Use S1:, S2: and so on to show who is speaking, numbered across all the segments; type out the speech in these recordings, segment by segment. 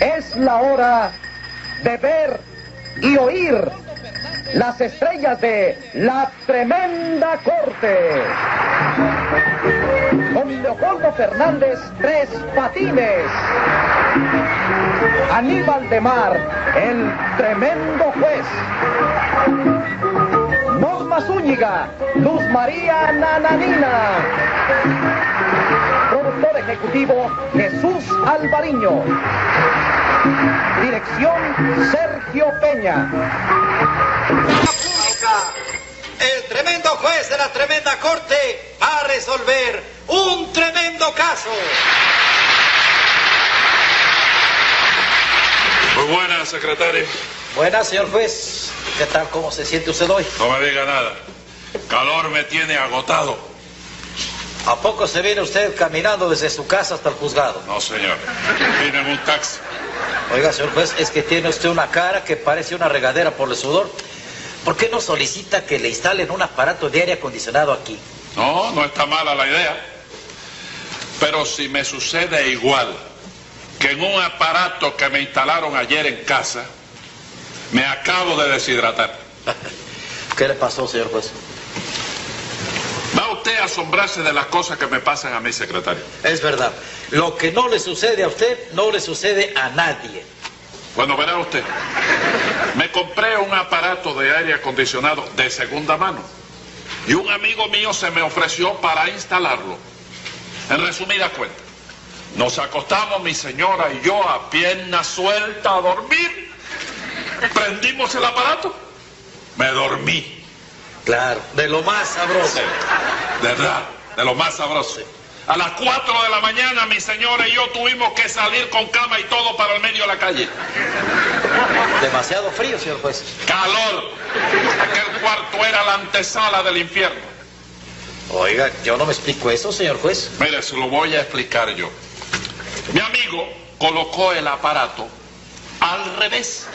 S1: es la hora de ver y oír las estrellas de la tremenda corte. Con Leopoldo Fernández, tres patines. Aníbal de Mar, el tremendo juez. Norma Zúñiga, Luz María Nananina productor ejecutivo Jesús Alvariño. Dirección Sergio Peña.
S2: El tremendo juez de la tremenda corte va a resolver un tremendo caso.
S3: Muy buenas, secretario.
S4: Buenas, señor juez. ¿Qué tal? ¿Cómo se siente usted hoy?
S3: No me diga nada. Calor me tiene agotado.
S4: ¿A poco se viene usted caminando desde su casa hasta el juzgado?
S3: No, señor. Vine en un taxi.
S4: Oiga, señor juez, es que tiene usted una cara que parece una regadera por el sudor. ¿Por qué no solicita que le instalen un aparato de aire acondicionado aquí?
S3: No, no está mala la idea. Pero si me sucede igual que en un aparato que me instalaron ayer en casa, me acabo de deshidratar.
S4: ¿Qué le pasó, señor juez?
S3: Va usted a asombrarse de las cosas que me pasan a mí, secretario.
S4: Es verdad. Lo que no le sucede a usted, no le sucede a nadie.
S3: Bueno, verá usted. Me compré un aparato de aire acondicionado de segunda mano. Y un amigo mío se me ofreció para instalarlo. En resumidas cuentas, nos acostamos mi señora y yo a pierna suelta a dormir. Prendimos el aparato. Me dormí.
S4: Claro, de lo más sabroso.
S3: De verdad, de lo más sabroso. A las 4 de la mañana, mi señora y yo tuvimos que salir con cama y todo para el medio de la calle.
S4: Demasiado frío, señor juez.
S3: Calor. Aquel cuarto era la antesala del infierno.
S4: Oiga, yo no me explico eso, señor juez.
S3: Mire, se lo voy a explicar yo. Mi amigo colocó el aparato al revés.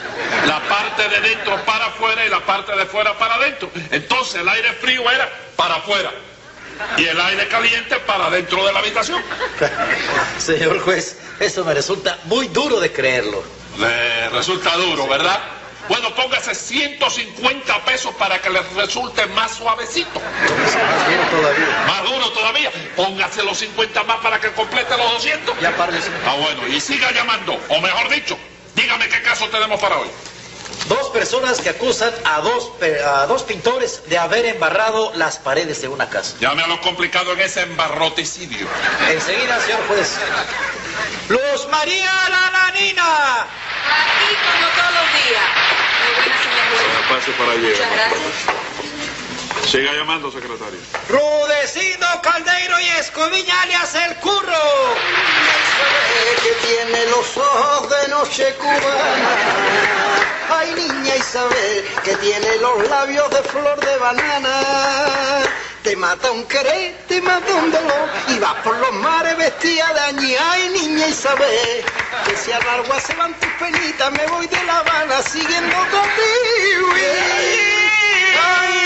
S3: La parte de dentro para afuera y la parte de fuera para adentro. Entonces el aire frío era para afuera y el aire caliente para dentro de la habitación.
S4: Señor juez, eso me resulta muy duro de creerlo.
S3: Le resulta duro, ¿verdad? Bueno, póngase 150 pesos para que le resulte más suavecito.
S4: Más duro todavía.
S3: Más duro todavía. Póngase los 50 más para que complete los 200.
S4: Ya párale.
S3: Ah, bueno, y siga llamando, o mejor dicho, Dígame qué caso tenemos para hoy.
S4: Dos personas que acusan a dos, pe- a dos pintores de haber embarrado las paredes de una casa.
S3: Llame a lo complicado en ese embarroticidio.
S4: Enseguida, señor juez. Luz María Lananina.
S5: Aquí como todos los días. Muy buena, señor juez.
S3: Pase para allá.
S5: Muchas gracias.
S3: Siga llamando, secretario.
S4: Rudecindo Caldeiro y Escoviña alias El Curro.
S6: que tiene los ojos de noche cubana. Ay, niña Isabel, que tiene los labios de flor de banana. Te mata un querer, te mata un dolor, y vas por los mares vestida de añí. Ay, niña Isabel, que si al agua se van tus penitas, me voy de La Habana siguiendo contigo. Ay,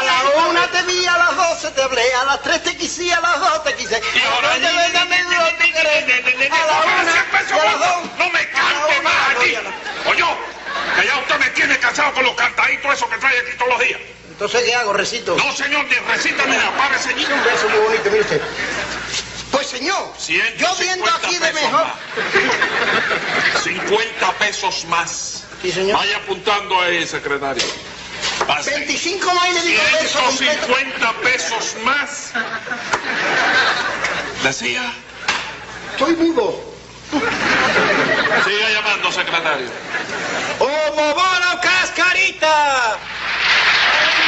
S6: a la una te vi, a las doce te hablé, a las tres te quise, a las dos te quise.
S3: ahora-
S6: Ay, de verdad, me duró tu querer. A la una, y a las dos.
S3: No me
S6: A la
S3: cante
S6: una,
S3: más
S6: a las dos
S3: aquí.
S6: y a las-
S3: Oye, que ya usted me tiene cansado con los cantaditos esos que trae aquí todos los días.
S6: Entonces, ¿qué hago? Recito.
S3: No, señor, ni recita ni la pare, señor.
S6: Un verso muy bonito, mire usted. Pues señor, yo
S3: 150
S6: viendo aquí de
S3: pesos
S6: mejor.
S3: más. 50 pesos más.
S6: Sí, señor.
S3: Vaya apuntando ahí, secretario. Pase.
S6: 25 más y le digo el verso completo.
S3: 150 pesos más. Decía,
S6: Estoy mudo.
S3: siga llamando, secretario.
S4: Como bono cascarita.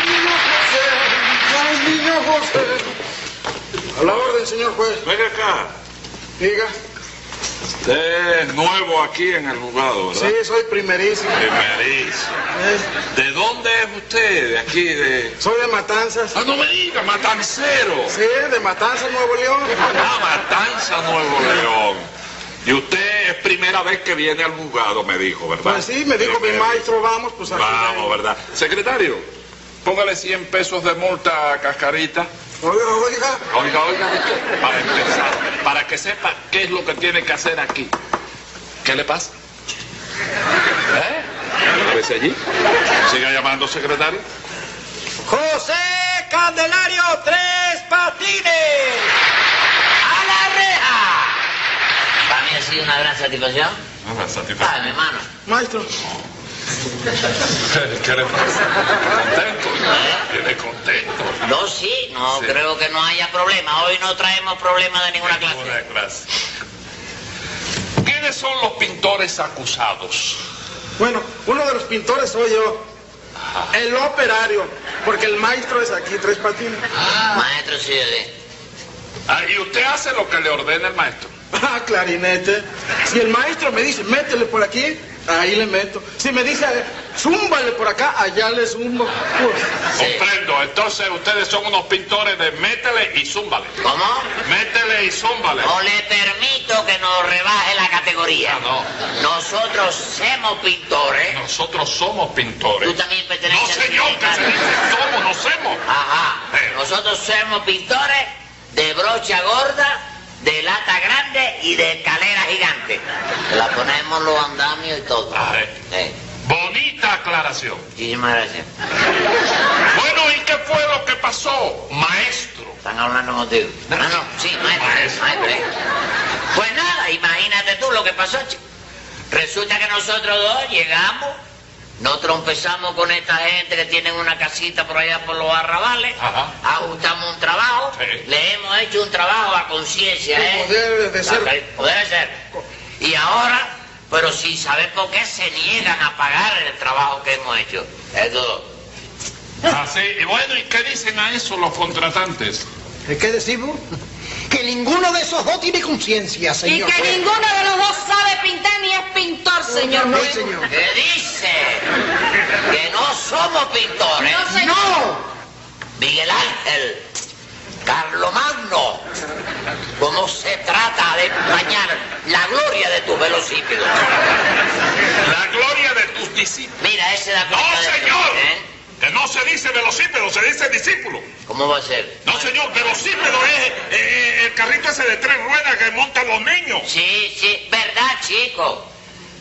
S6: Ay, niño José, ay, niño José. A la orden, señor juez.
S3: Venga acá.
S6: Diga.
S3: Usted es nuevo aquí en el juzgado, ¿verdad?
S6: Sí, soy primerísimo.
S3: Primerizo.
S6: Eh,
S3: ¿De dónde es usted? ¿De aquí? ¿De.?
S6: Soy de Matanzas.
S3: Ah, no me diga, Matancero.
S6: Sí, de Matanzas, Nuevo León.
S3: Ah, Matanza, Nuevo León. Y usted es primera vez que viene al juzgado, me dijo, ¿verdad?
S6: Pues sí, me dijo mi
S3: Primera vez.
S6: maestro, vamos, pues aquí.
S3: Vamos, ¿verdad? Secretario, póngale 100 pesos de multa a Cascarita.
S6: Oiga, oiga.
S3: Oiga, oiga, para empezar, para que sepa qué es lo que tiene que hacer aquí. ¿Qué le pasa? ¿Eh?
S7: Pues allí.
S3: Siga llamando, secretario.
S2: José Candelario Tres Patines. A la reja.
S8: Para mí ha sido una gran satisfacción.
S3: Ah, satisfecho.
S8: Ay, mi hermano.
S6: Maestro.
S3: ¿Qué le pasa? ¿Contento? Viene contento.
S8: ¿Eh? No, sí, no
S3: Sí.
S8: creo que no haya problema. Ah, Hoy no traemos problemas de ninguna clase.
S3: Ninguna clase. ¿Quiénes son los pintores acusados?
S9: Bueno, uno de los pintores soy yo. El operario, porque el maestro es aquí, tres patines.
S8: Ah. Maestro, sí, sí.
S3: Ah, y usted hace lo que le ordena el maestro.
S9: Ah, clarinete. Si el maestro me dice, métele por aquí, ahí le meto. Si me dice, zúmbale por acá, allá le zumbo. Pues,
S8: Sí.
S3: Comprendo. Entonces ustedes son unos pintores de métele y zúmbale.
S8: ¿Cómo?
S3: Métele y zúmbale.
S8: No le permito que nos rebaje la categoría.
S3: Ah, no.
S8: Nosotros somos pintores.
S3: Nosotros somos
S8: Tú
S3: pintores.
S8: también
S3: No,
S8: perteneces
S3: señor, que se dice somos, no somos.
S8: Ajá.
S3: Eh.
S8: Nosotros somos pintores de brocha gorda, de lata grande y de escalera gigante. La ponemos los andamios y todo.
S3: Ah, eh.
S8: Eh,
S3: Bonita aclaración.
S8: Muchísimas gracias.
S3: Bueno, ¿y qué fue lo que pasó, maestro?
S8: Están hablando contigo.
S3: No.
S8: No, no, sí, maestro,
S3: Maestro.
S8: maestro. eh. Pues nada, imagínate tú lo que pasó, chico. Resulta que nosotros dos llegamos, nos trompezamos con esta gente que tienen una casita por allá por los arrabales,
S3: Ajá.
S8: ajustamos un trabajo,
S3: Sí.
S8: le hemos hecho un trabajo a conciencia, ¿eh?
S9: Como pues debe de ser.
S8: Ok, como debe ser. Y ahora, pero sin saber por qué se niegan a pagar el trabajo que hemos hecho. Es todo.
S3: Así, Ah, y bueno, ¿y qué dicen a eso los contratantes?
S6: ¿Qué decimos? Que ninguno de esos dos tiene conciencia,
S5: Y
S6: señor.
S5: que ninguno de los dos sabe pintar ni es pintor, señor.
S6: No,
S5: juez.
S6: señor.
S8: ¿Qué dice? Que no somos pintores.
S5: No, señor.
S6: ¡No!
S8: Miguel Ángel, Carlomagno, ¿cómo se trata de empañar la gloria de tus velocípedos?
S3: La gloria de tus discípulos.
S8: Mira, ese da
S3: No,
S8: cuenta de-
S3: señor.
S8: ¿Eh?
S3: Que no se dice velocípedo, se dice discípulo.
S8: ¿Cómo va a ser?
S3: No, señor, velocípedo es eh, el carrito ese de tres ruedas que montan los niños.
S8: Sí, sí, ¿verdad, chico?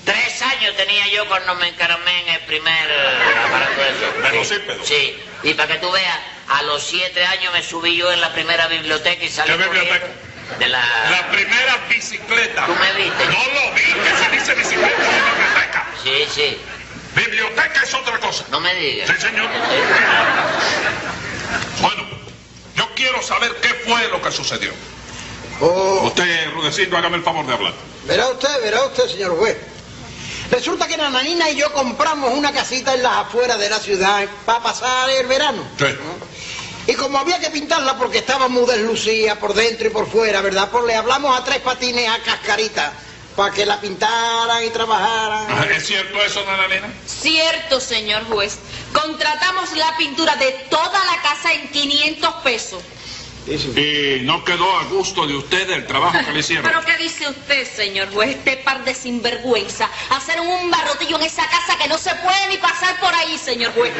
S8: Tres años tenía yo cuando me encaramé en el primer eh, aparato de eso.
S3: Velocípedo.
S8: Sí, y para que tú veas, a los siete años me subí yo en la primera biblioteca y salí
S3: ¿Qué biblioteca?
S8: corriendo De la...
S3: La primera bicicleta.
S8: ¿Tú me viste?
S3: No lo vi, que se dice bicicleta en la biblioteca.
S8: Sí, sí,
S3: Biblioteca es otra cosa.
S8: no me digas.
S3: Sí, señor. Bueno, yo quiero saber qué fue lo que sucedió.
S6: Oh,
S3: Usted, Rudecindo, hágame el favor de hablar.
S6: verá usted, verá usted, señor juez. Resulta que Nananina y yo compramos una casita en las afueras de la ciudad para pasar el verano.
S3: Sí.
S6: Y como había que pintarla porque estaba muy deslucida por dentro y por fuera, ¿verdad? Pues le hablamos a tres patines a cascarita para que la pintaran y trabajaran.
S3: Ah, ¿Es cierto eso, Nananina?
S5: Cierto, señor juez. Contratamos la pintura de toda la casa en 500 pesos.
S3: Y no quedó a gusto de usted el trabajo que le hicieron.
S5: ¿Pero qué dice usted, señor juez? Este par de sinvergüenza hacen un barrotillo en esa casa que no se puede ni pasar por ahí, señor juez.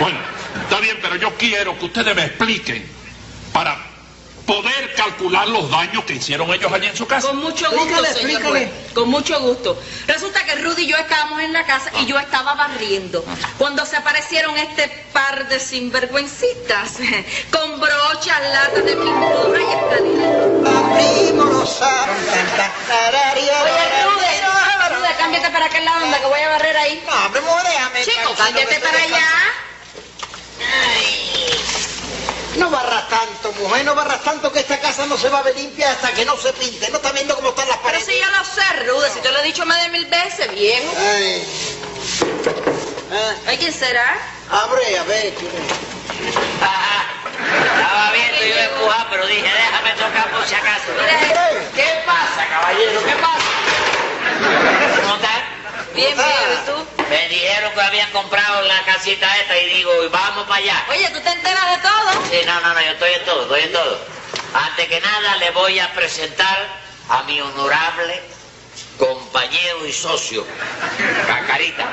S3: Bueno, está bien, pero yo quiero que ustedes me expliquen para poder calcular los daños que hicieron ellos allí en su casa.
S5: Con mucho gusto,
S6: Explícale,
S5: señor
S6: explícale.
S5: juez. Con mucho gusto. Resulta que Rudy y yo estábamos en la casa y yo estaba barriendo. Cuando se aparecieron este par de sinvergüencitas con brochas, latas de pintura y escaleras.
S6: Abrimos
S5: Oye, Rudy, Rudy, cámbiate para aquel lado, anda, que voy a barrer ahí.
S6: No, pero déjame.
S5: Chico,
S6: tranquilo,
S5: cámbiate
S6: que
S5: para
S6: estoy
S5: allá.
S6: No barras tanto, mujer, no barras tanto que esta casa no se va a ver limpia hasta que no se pinte. ¿No está viendo cómo están las
S5: Pero
S6: paredes?
S5: si yo lo sé, Rudy, si te lo he dicho más de mil veces, viejo.
S6: Ay. Ah,
S5: Ay, ¿quién será?
S6: abre, a ver. quién es.
S8: Ajá. Estaba viendo yo empujar, pero dije, déjame tocar por si acaso.
S5: Mira, eh,
S8: ¿Qué pasa, caballero? ¿Qué pasa? ¿Cómo está?
S5: bien,
S6: Ah.
S5: bien, ¿y tú?
S8: Me dijeron que habían comprado la casita esta y digo, y vamos para allá.
S5: Oye, ¿tú te enteras de todo?
S8: Sí, no, no, no, yo estoy en todo, estoy en todo. Antes que nada, le voy a presentar a mi honorable compañero y socio, Cacarita.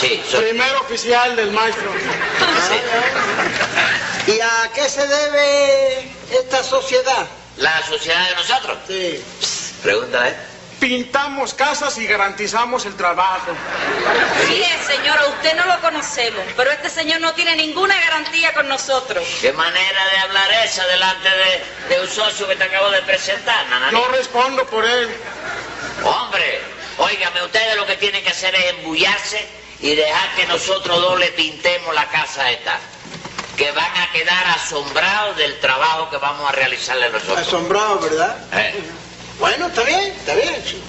S8: Sí, socio.
S9: Primer oficial del maestro.
S8: Sí.
S6: ¿Y a qué se debe esta sociedad?
S8: La sociedad de nosotros. ¿eh?
S6: Sí.
S8: Pregúntale.
S9: Pintamos casas y garantizamos el trabajo.
S5: Mire, señora, usted no lo conocemos, pero este señor no tiene ninguna garantía con nosotros.
S8: ¿Qué manera de hablar esa delante de, de un socio que te acabo de presentar, Nananina?
S9: Yo respondo por él.
S8: Hombre, óigame, ustedes lo que tienen que hacer es embullarse y dejar que nosotros dos le pintemos la casa esta. Que van a quedar asombrados del trabajo que vamos a realizarle nosotros.
S6: Asombrado, ¿verdad?
S8: Eh,
S6: Bueno, está bien, está bien. sí.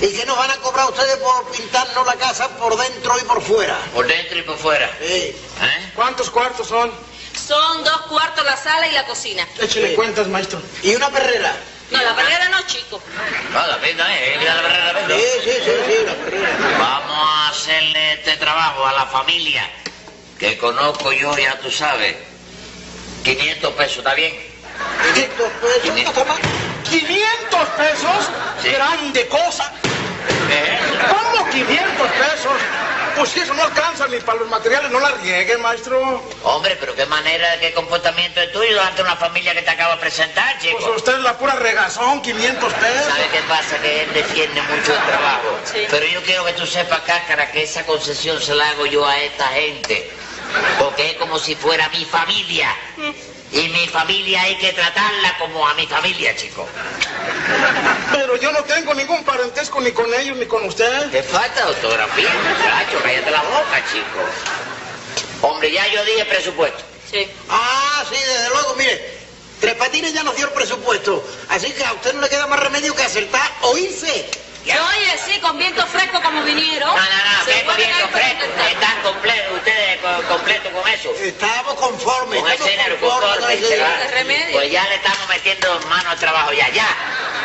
S6: ¿Y qué nos van a cobrar ustedes por pintarnos la casa por dentro y por fuera?
S8: por dentro y por fuera.
S6: Sí.
S8: ¿eh?
S9: ¿Cuántos cuartos son?
S5: Son dos cuartos la sala y la cocina.
S9: Échale
S6: Sí.
S9: cuentas, maestro.
S6: ¿Y una perrera?
S5: No, la perrera no, chico.
S8: No, la pinta, eh, mira la verdad, la pinta.
S6: Sí, sí, sí, sí, una perrera.
S8: Vamos a hacerle este trabajo a la familia que conozco yo, ya tú sabes. 500 pesos, ¿está bien?
S6: 500 pesos, pues, no está mal.
S9: 500 pesos,
S8: Sí.
S9: grande cosa.
S8: ¿Qué es eso?
S9: ¿Cómo 500 pesos? Pues si eso no alcanza ni para los materiales, no la riegue, maestro.
S8: Hombre, pero qué manera, qué comportamiento es tuyo ante una familia que te acaba de presentar, chico.
S9: Pues usted es la pura regazón, 500 pesos.
S8: ¿Sabe qué pasa? Que él defiende mucho el trabajo.
S5: Sí.
S8: Pero yo quiero que tú sepas, Cáscara, que esa concesión se la hago yo a esta gente. Porque es como si fuera mi familia.
S5: Mm.
S8: Y mi familia hay que tratarla como a mi familia, chico.
S9: Pero yo no tengo ningún parentesco ni con ellos ni con usted.
S8: Te falta autografía, muchacho. Cállate la boca, chico. Hombre, ya yo dije presupuesto.
S5: Sí.
S6: Ah, sí, desde luego, mire. Tres Patines ya nos dio el presupuesto. Así que a usted no le queda más remedio que acertar o irse.
S5: Y oye, sí, con viento fresco como vinieron.
S8: No, no, no,
S5: se
S8: vengo
S5: pueden
S8: bien
S5: ahí
S8: completo.
S5: presentar.
S8: Están completos, ustedes co- completos con eso.
S6: Estábamos conformes.
S8: Con ese dinero,
S6: estamos
S8: conforme,
S6: conformes.
S8: se va.
S5: de remedio.
S8: Pues ya le estamos metiendo mano al trabajo, ya, ya.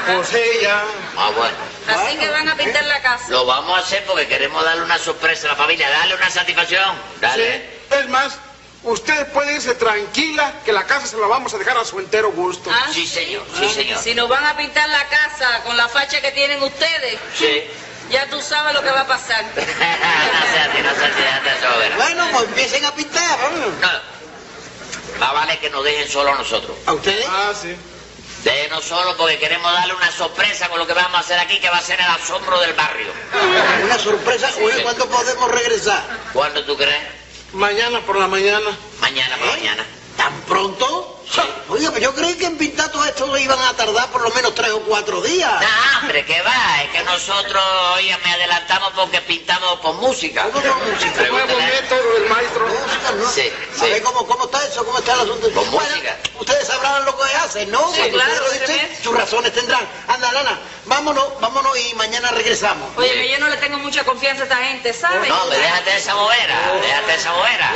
S9: Pues ella.
S8: Ah, bueno.
S5: Así que van a pintar la casa.
S8: Lo vamos a hacer porque queremos darle una sorpresa a la familia, darle una satisfacción. Dale.
S9: Sí. Es más, usted puede irse tranquila que la casa se la vamos a dejar a su entero gusto.
S5: Ah,
S8: Sí, señor, sí, señor.
S5: Si nos van a pintar la casa con la facha que tienen ustedes,
S8: Sí.
S5: ya tú sabes lo que va a pasar.
S8: no se hace, no se hace, déjate de sobra.
S6: Bueno, pues empiecen a pintar, vamos.
S8: No. Más vale que nos dejen solo a nosotros.
S6: ¿A ustedes?
S9: Ah, sí.
S8: Déjenos solo porque queremos darle una sorpresa con lo que vamos a hacer aquí, que va a ser el asombro del barrio. Ah.
S6: Una sorpresa, oye, ¿cuándo podemos regresar?
S8: ¿Cuándo tú crees?
S9: Mañana por la mañana.
S8: Mañana
S5: ¿Eh?
S8: por la mañana.
S6: ¿Tan pronto? Oye, pues yo creí que en pintar todo esto iban a tardar por lo menos tres o cuatro días.
S8: No, Ah, hombre, que va, es que nosotros, oye, me adelantamos porque pintamos con música.
S6: ¿Cómo con música?
S9: Nuevo
S8: Pregúntale.
S9: método del maestro.
S6: Música, ¿no?
S8: Sí,
S6: A
S8: sí.
S6: ver, ¿cómo, ¿cómo está eso? ¿Cómo está el asunto?
S8: Con
S6: Bueno,
S8: música.
S6: ustedes sabrán lo que hacen, ¿no?
S5: Sí,
S6: Cuando
S5: claro,
S6: ustedes lo
S5: de
S6: dicen,
S5: repente.
S6: sus razones tendrán. Anda, Lana, vámonos, vámonos y mañana regresamos.
S5: Oye, que yo no le tengo mucha confianza a esta gente, ¿sabes?
S8: No, hombre, déjate esa bobera, déjate esa bobera.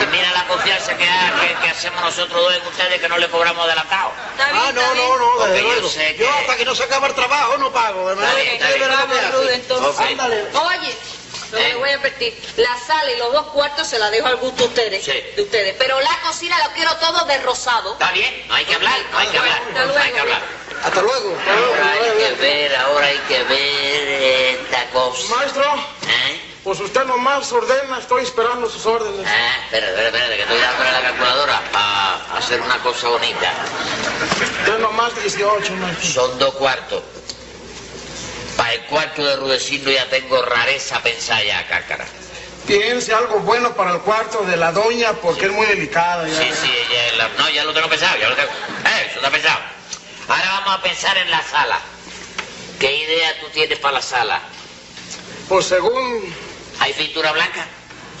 S8: Y mira la confianza que, ha- que- que hacemos nosotros dos en ustedes que no le cobramos adelantado.
S5: Está bien,
S6: Ah,
S5: está
S6: no,
S5: bien.
S6: no, no,
S8: Porque
S6: desde
S8: yo
S6: luego.
S8: sé
S6: Yo
S8: que-
S6: hasta que no se acaba el trabajo no pago, de manera
S8: Está
S6: que
S8: bien, está
S6: ustedes
S8: bien.
S6: verán lo que
S5: Vamos,
S6: hacen.
S5: Rudo, entonces.
S8: Ok.
S6: Ándale.
S5: Oye, lo que
S8: ¿Eh?
S5: voy a advertir, la sala y los dos cuartos se la dejo al gusto a ustedes,
S8: Sí.
S5: de ustedes. Pero la cocina la quiero todo de rosado.
S8: Está bien, no hay que hablar, no hay que hablar,
S5: Hasta
S8: no hay
S5: luego.
S8: que hablar.
S6: Hasta luego.
S8: Ahora hay que ver, ahora hay que ver esta cosa.
S9: Maestro,
S8: ¿Eh?
S9: pues usted nomás ordena, estoy esperando sus órdenes.
S8: Ah, espera, espera, espera, que estoy dando la calculadora para hacer una cosa bonita.
S9: Usted nomás 18, maestro.
S8: Son dos cuartos. Para el cuarto de Rudecindo ya tengo rareza pensada ya, cáscara.
S9: Piense algo bueno para el cuarto de la doña porque es muy delicada. ya.
S8: Sí, sí, ya la- no, ya lo tengo pensado, ya lo tengo. Eh, eso está pensado. Ahora vamos a pensar en la sala. ¿Qué idea tú tienes para la sala?
S9: Pues según.
S8: ¿Hay pintura blanca?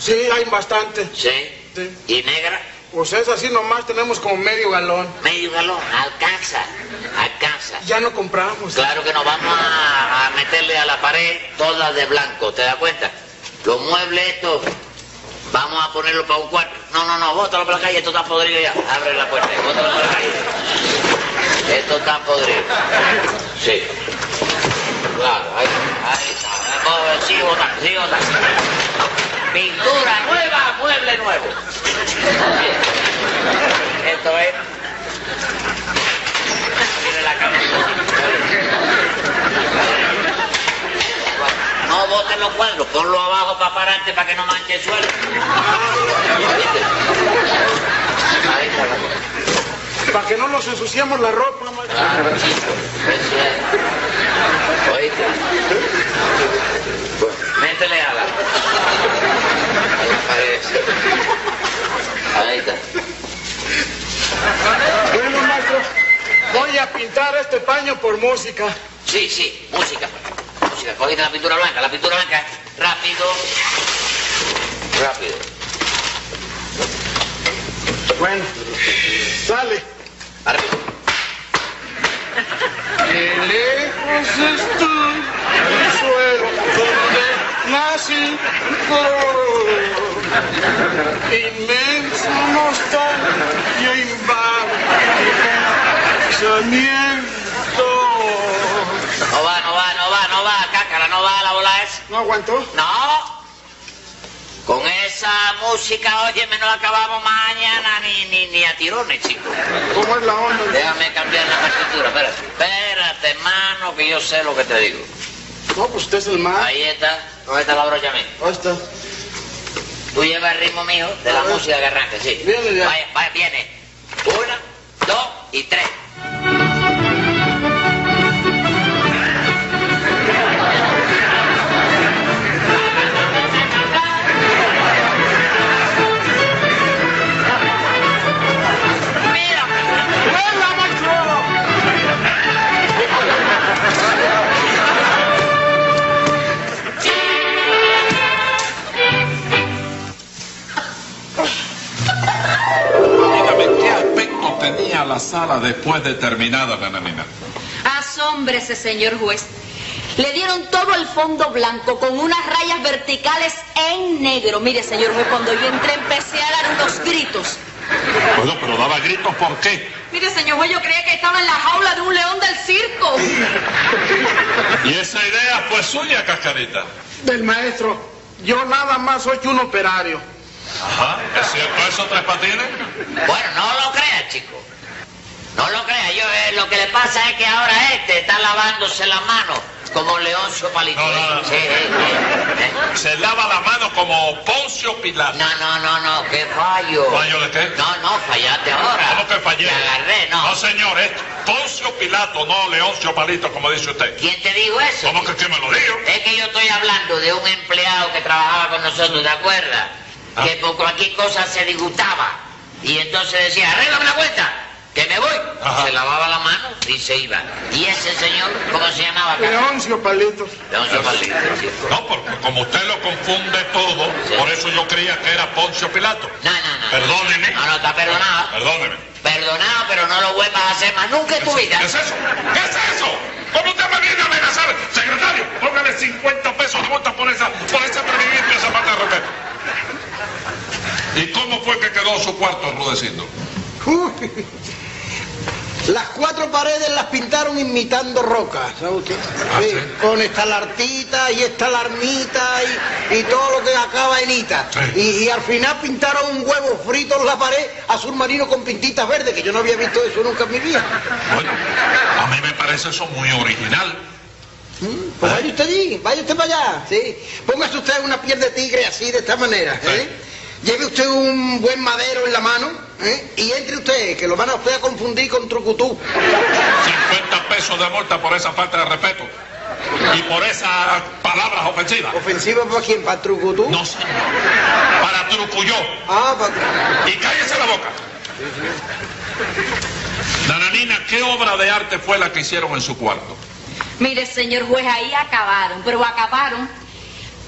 S9: Sí, hay bastante.
S8: Sí.
S9: Sí.
S8: ¿Y negra?
S9: Pues es así nomás, tenemos como medio galón.
S8: Medio galón, alcanza, alcanza.
S9: Ya no compramos.
S8: Claro que nos vamos a, a meterle a la pared todas de blanco, ¿te das cuenta? Los muebles estos, vamos a ponerlo para un cuarto. No, no, no, bótalo para la calle, esto está podrido ya. Abre la puerta, y bótalo para la calle. Esto está podrido. Sí. Claro, ahí, ahí está. Vamos, Sí, botando, sí, botando. Pintura nueva, mueble nuevo. Esto es. Mire la cama. No boten los cuadros, ponlo abajo para pararte para que no manche el suelo. ¿Oíste? Ahí está la cosa.
S9: Para que no nos ensuciemos la ropa, maestro.
S8: Ah, chico, eso es. ¿Oíste?
S9: este paño por música.
S8: Sí, sí, música. Música, cogiste la pintura blanca, la pintura blanca. Rápido. Rápido.
S9: Bueno, sale.
S8: Arriba.
S9: Qué lejos estoy del suelo donde nací. Oh, inmenso nostalgia invade mi pensamiento.
S8: No va, no va, no va, no va, cácara, no va la bola esa.
S9: ¿No aguantó?
S8: No. Con esa música, óyeme, no acabamos mañana ni, ni, ni a tirones, chico.
S9: ¿Cómo es la onda?
S8: Déjame cambiar la partitura, espérate. Espérate, hermano, que yo sé lo que te digo.
S9: No, pues usted es el más.
S8: Ahí está, ¿dónde está la brocha mía?
S9: Ahí está.
S8: Tú llevas el ritmo mío de la
S9: A ver.
S8: música que arranca, sí.
S9: Viene ya.
S8: Vaya, vaya, viene. Una, dos y tres. Mira,
S9: ¡Vuela, maestro!
S3: Dígame, ¿qué aspecto tenía la sala después de terminada la Nanina?
S5: Asómbrese, señor juez. Le dieron todo el fondo blanco con unas rayas verticales en negro. Mire, señor juez, cuando yo entré empecé a dar unos gritos.
S3: Bueno, Pues pero daba gritos, ¿por qué?
S5: Mire, señor juez, yo creía que estaba en la jaula de un león del circo.
S3: Y esa idea fue suya, Cascarita.
S9: Del maestro. Yo nada más soy un operario.
S3: Ajá, ¿es cierto eso, Tres Patines?
S8: Bueno, no lo creas, chico. No lo creas. Yo, eh, lo que le pasa es que ahora este está lavándose las manos como Leoncio Palito.
S3: No, no, no.
S8: Sí, eh, eh, eh.
S3: Se lava la mano como Poncio Pilato.
S8: No, no, no, no, qué fallo.
S3: ¿Fallo de qué?
S8: No, no, fallaste ahora.
S3: ¿Cómo que fallé?
S8: Te agarré, no.
S3: No, señor, es Poncio Pilato, no Leoncio Palito, como dice usted.
S8: ¿Quién te dijo eso?
S3: ¿Cómo que, que me lo dijo?
S8: Es que yo estoy hablando de un empleado que trabajaba con nosotros, ¿te acuerdas?
S3: Ah.
S8: Que por cualquier cosa se disgustaba. Y entonces decía, arréglame la cuenta, que me voy.
S3: Ajá.
S8: Se lavaba la mano y se iba. ¿Y ese señor cómo se llamaba? Carlos?
S9: Leoncio Palito.
S8: Leoncio Palito, sí.
S3: No, porque como usted lo confunde todo,
S8: Sí.
S3: por eso yo creía que era Poncio Pilato.
S8: No, no, no.
S3: Perdóneme.
S8: No, no, está perdonado.
S3: Perdóneme.
S8: Perdonado, pero no lo vuelvas a hacer más nunca en tu vida.
S3: ¿Qué es eso? ¿Qué es eso? ¿Cómo usted me viene a amenazar? Secretario, póngale 50 pesos de multa por esa, por ese atrevimiento y esa falta de respeto. ¿Y cómo fue que quedó su cuarto enrudecido?
S6: Uy. Las cuatro paredes las pintaron imitando rocas, ¿sabe usted?
S3: Ah,
S6: Sí, con estalartita y estalarnita y, y todo lo que acaba en ita.
S3: Sí.
S6: Y, y al final pintaron un huevo frito en la pared azul marino con pintitas verdes, que yo no había visto eso nunca en mi vida.
S3: Bueno, a mí me parece eso muy original. Ah.
S6: Pues vaya usted allí, vaya usted para allá, ¿sí? Póngase usted una piel de tigre así, de esta manera, ¿eh? Lleve usted un buen madero en la mano, ¿eh? Y entre usted, que lo van a usted a confundir con trucutú.
S3: 50 pesos de multa por esa falta de respeto. Y por esas palabras ofensivas.
S6: ¿Ofensiva para quién? ¿Para trucutú?
S3: No, señor. Para Trucuyó.
S6: Ah, para...
S3: Y cállese la boca. Nananina, ¿qué obra de arte fue la que hicieron en su cuarto?
S5: Mire, señor juez, ahí acabaron, pero acabaron.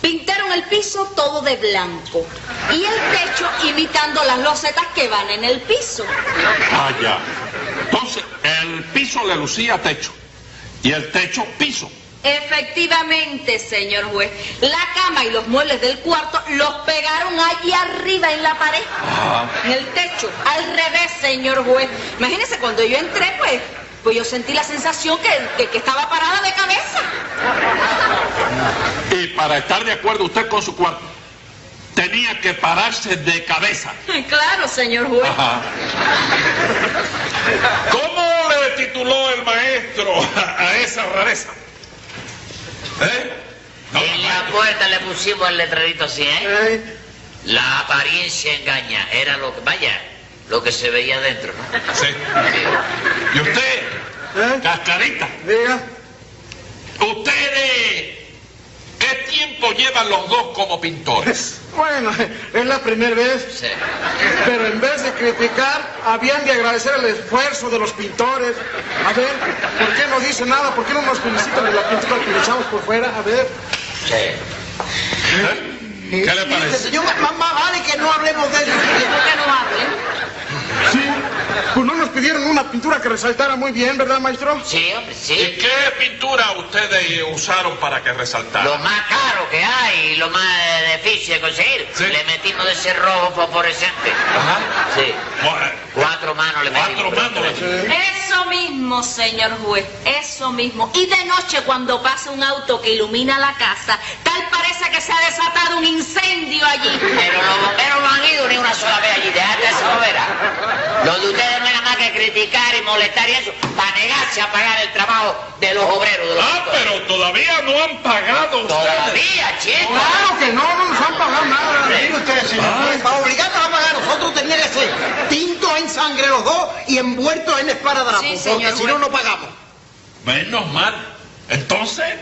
S5: Pintaron el piso todo de blanco y el techo imitando las losetas que van en el piso.
S3: Vaya. Entonces, el piso le lucía techo. Y el techo, piso.
S5: Efectivamente, señor juez, la cama y los muebles del cuarto los pegaron allí arriba en la pared, en el techo, al revés, señor juez. Imagínese, cuando yo entré, pues, pues yo sentí la sensación que- que- que estaba parada de cabeza.
S3: Y para estar de acuerdo usted con su cuarto, tenía que pararse de cabeza.
S5: Claro, señor juez.
S3: Ajá. ¿Cómo le tituló el maestro a esa rareza? ¿Eh? No,
S8: En la
S3: maestro.
S8: puerta le pusimos el letrerito así, ¿eh?
S9: Eh,
S8: La apariencia engaña. Era lo que, vaya, lo que se veía dentro, ¿no?
S3: Sí. ¿Y usted,
S9: eh,
S3: Cascarita?
S9: diga.
S3: ¿Usted de qué tiempo tiempo llevan los dos como pintores?
S9: Bueno, es la primera vez,
S8: Sí.
S9: pero en vez de criticar, habían de agradecer el esfuerzo de los pintores. A ver, ¿por qué no dice nada? ¿Por qué no nos felicitan de la pintura que le echamos por fuera? A ver.
S8: Sí.
S3: ¿Eh? ¿Qué le parece?
S6: Señor, más, más vale que no hablemos de ellos.
S5: ¿Por qué no hablen?
S9: Sí, pues no nos pidieron una pintura que resaltara muy bien, ¿verdad, maestro?
S8: Sí, hombre, sí.
S3: ¿Y qué pintura ustedes usaron para que
S8: Lo
S3: resaltara?
S8: más caro que hay y lo más eh, difícil de conseguir.
S3: Sí.
S8: Le metimos ese rojo fosforescente.
S3: Ajá.
S8: Sí.
S3: Bueno,
S8: Cuatro manos le
S3: Cuatro
S8: metimos.
S3: manos.
S5: Eso mismo, señor juez, eso mismo. Y de noche cuando pasa un auto que ilumina la casa, tal parece que se ha desatado un incendio allí.
S8: Pero los bomberos no han ido ni una sola vez allí. Dejate esa bobera. Lo de ustedes no era más que criticar y molestar y eso para negarse a pagar el trabajo de los obreros. De los
S3: Ah, pues,
S8: pintores.
S3: pero todavía no han pagado ustedes.
S8: Todavía, chicos.
S3: Ah.
S9: Claro que no, no nos han pagado nada.
S6: Mire usted, señor juez, para obligarnos a pagar, nosotros tener ese tinto en sangre los dos y envuelto en esparadrapo,
S5: Sí, señor
S6: porque si
S5: juez.
S6: no, no pagamos.
S3: Menos mal. Entonces,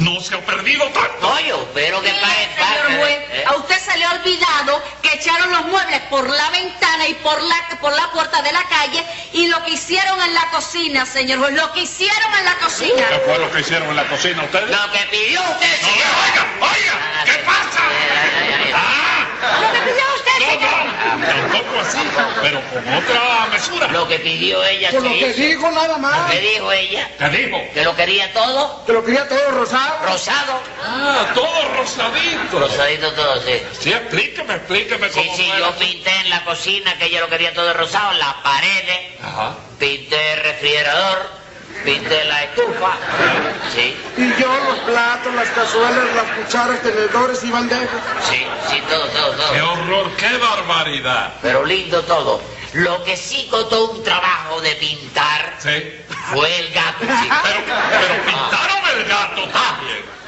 S3: no se ha perdido tanto.
S8: Coño, pero que
S5: Mire,
S8: paguen
S5: señor
S8: parte.
S5: juez,
S8: ¿eh?
S5: a usted se le ha olvidado que echaron los muebles por la ventana y por la, por la puerta de la calle y lo que hicieron en la cocina, señor juez, lo que hicieron en la cocina.
S3: ¿Qué fue lo que hicieron en la cocina ustedes?
S8: Lo que pidió usted,
S3: No,
S8: señor.
S3: oiga, oiga, ¿qué pasa? Ah,
S5: Lo que pidió usted,
S3: no,
S5: señor.
S3: no, tampoco así, pero con otra mesura.
S8: Lo que pidió ella,
S9: Por Pues lo
S8: se
S9: que
S8: hizo.
S9: digo, nada
S3: Ah.
S8: Lo
S9: más.
S8: que dijo ella,
S3: Te digo,
S8: que lo quería todo
S9: Que lo quería todo rosado.
S8: rosado.
S3: ah, todo rosadito.
S8: Rosadito todo, sí.
S3: Sí, explícame, explícame
S8: Sí,
S3: cómo
S8: sí,
S3: fue el
S8: yo
S3: asunto.
S8: pinté en la cocina, que ella lo quería todo rosado, las paredes,
S3: Ajá.
S8: pinté el refrigerador, pinté la estufa. Sí,
S9: Y yo los platos, las cazuelas, las cucharas, tenedores y bandejas.
S8: sí, sí, todo, todo,
S3: ¡Qué
S8: todo.
S3: horror, qué barbaridad!
S8: Pero lindo todo. Lo que sí costó un trabajo de pintar
S3: Sí.
S8: fue el gato, chico.
S3: Pero, pero pintaron el gato también.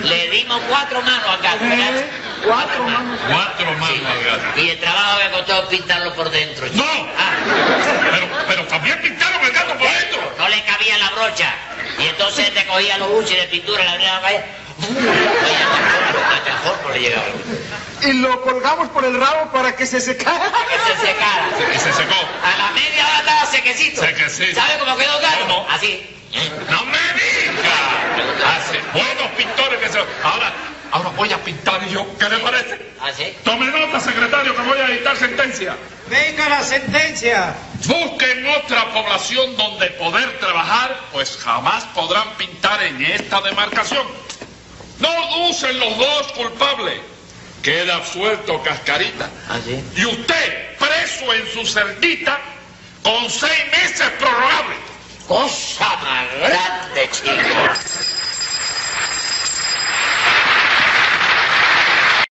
S8: Le dimos cuatro manos al gato, ¿verdad?
S9: ¿Eh? Cuatro manos.
S3: Cuatro manos
S8: Sí.
S3: al gato.
S8: Y el trabajo me costó pintarlo por dentro. chico.
S3: ¡No!
S8: Ah,
S3: Pero, pero también pintaron el gato por dentro.
S8: no le cabía la brocha. Y entonces te cogía los buches de pintura, la abría la calle. Hasta el forro le llegaba.
S9: Y lo colgamos por el rabo para que se secara.
S8: Que se secara.
S3: Y se secó.
S8: A la media hora estaba sequecito.
S3: Sequecito.
S8: ¿Sabe cómo quedó gato?
S3: ¿Cómo?
S8: Así.
S3: ¡No me diga! Hace buenos pintores que se... Ahora, ahora voy a pintar yo. ¿Qué le parece?
S8: Así.
S3: Tome nota, secretario, que voy a editar sentencia.
S7: Venga la sentencia.
S3: Busquen otra población donde poder trabajar, pues jamás podrán pintar en esta demarcación. No usen los dos culpables. Queda absuelto Cascarita.
S8: Así.
S3: Y usted, preso en su cerdita, con seis meses prorrogable.
S8: Cosa más grande, chico.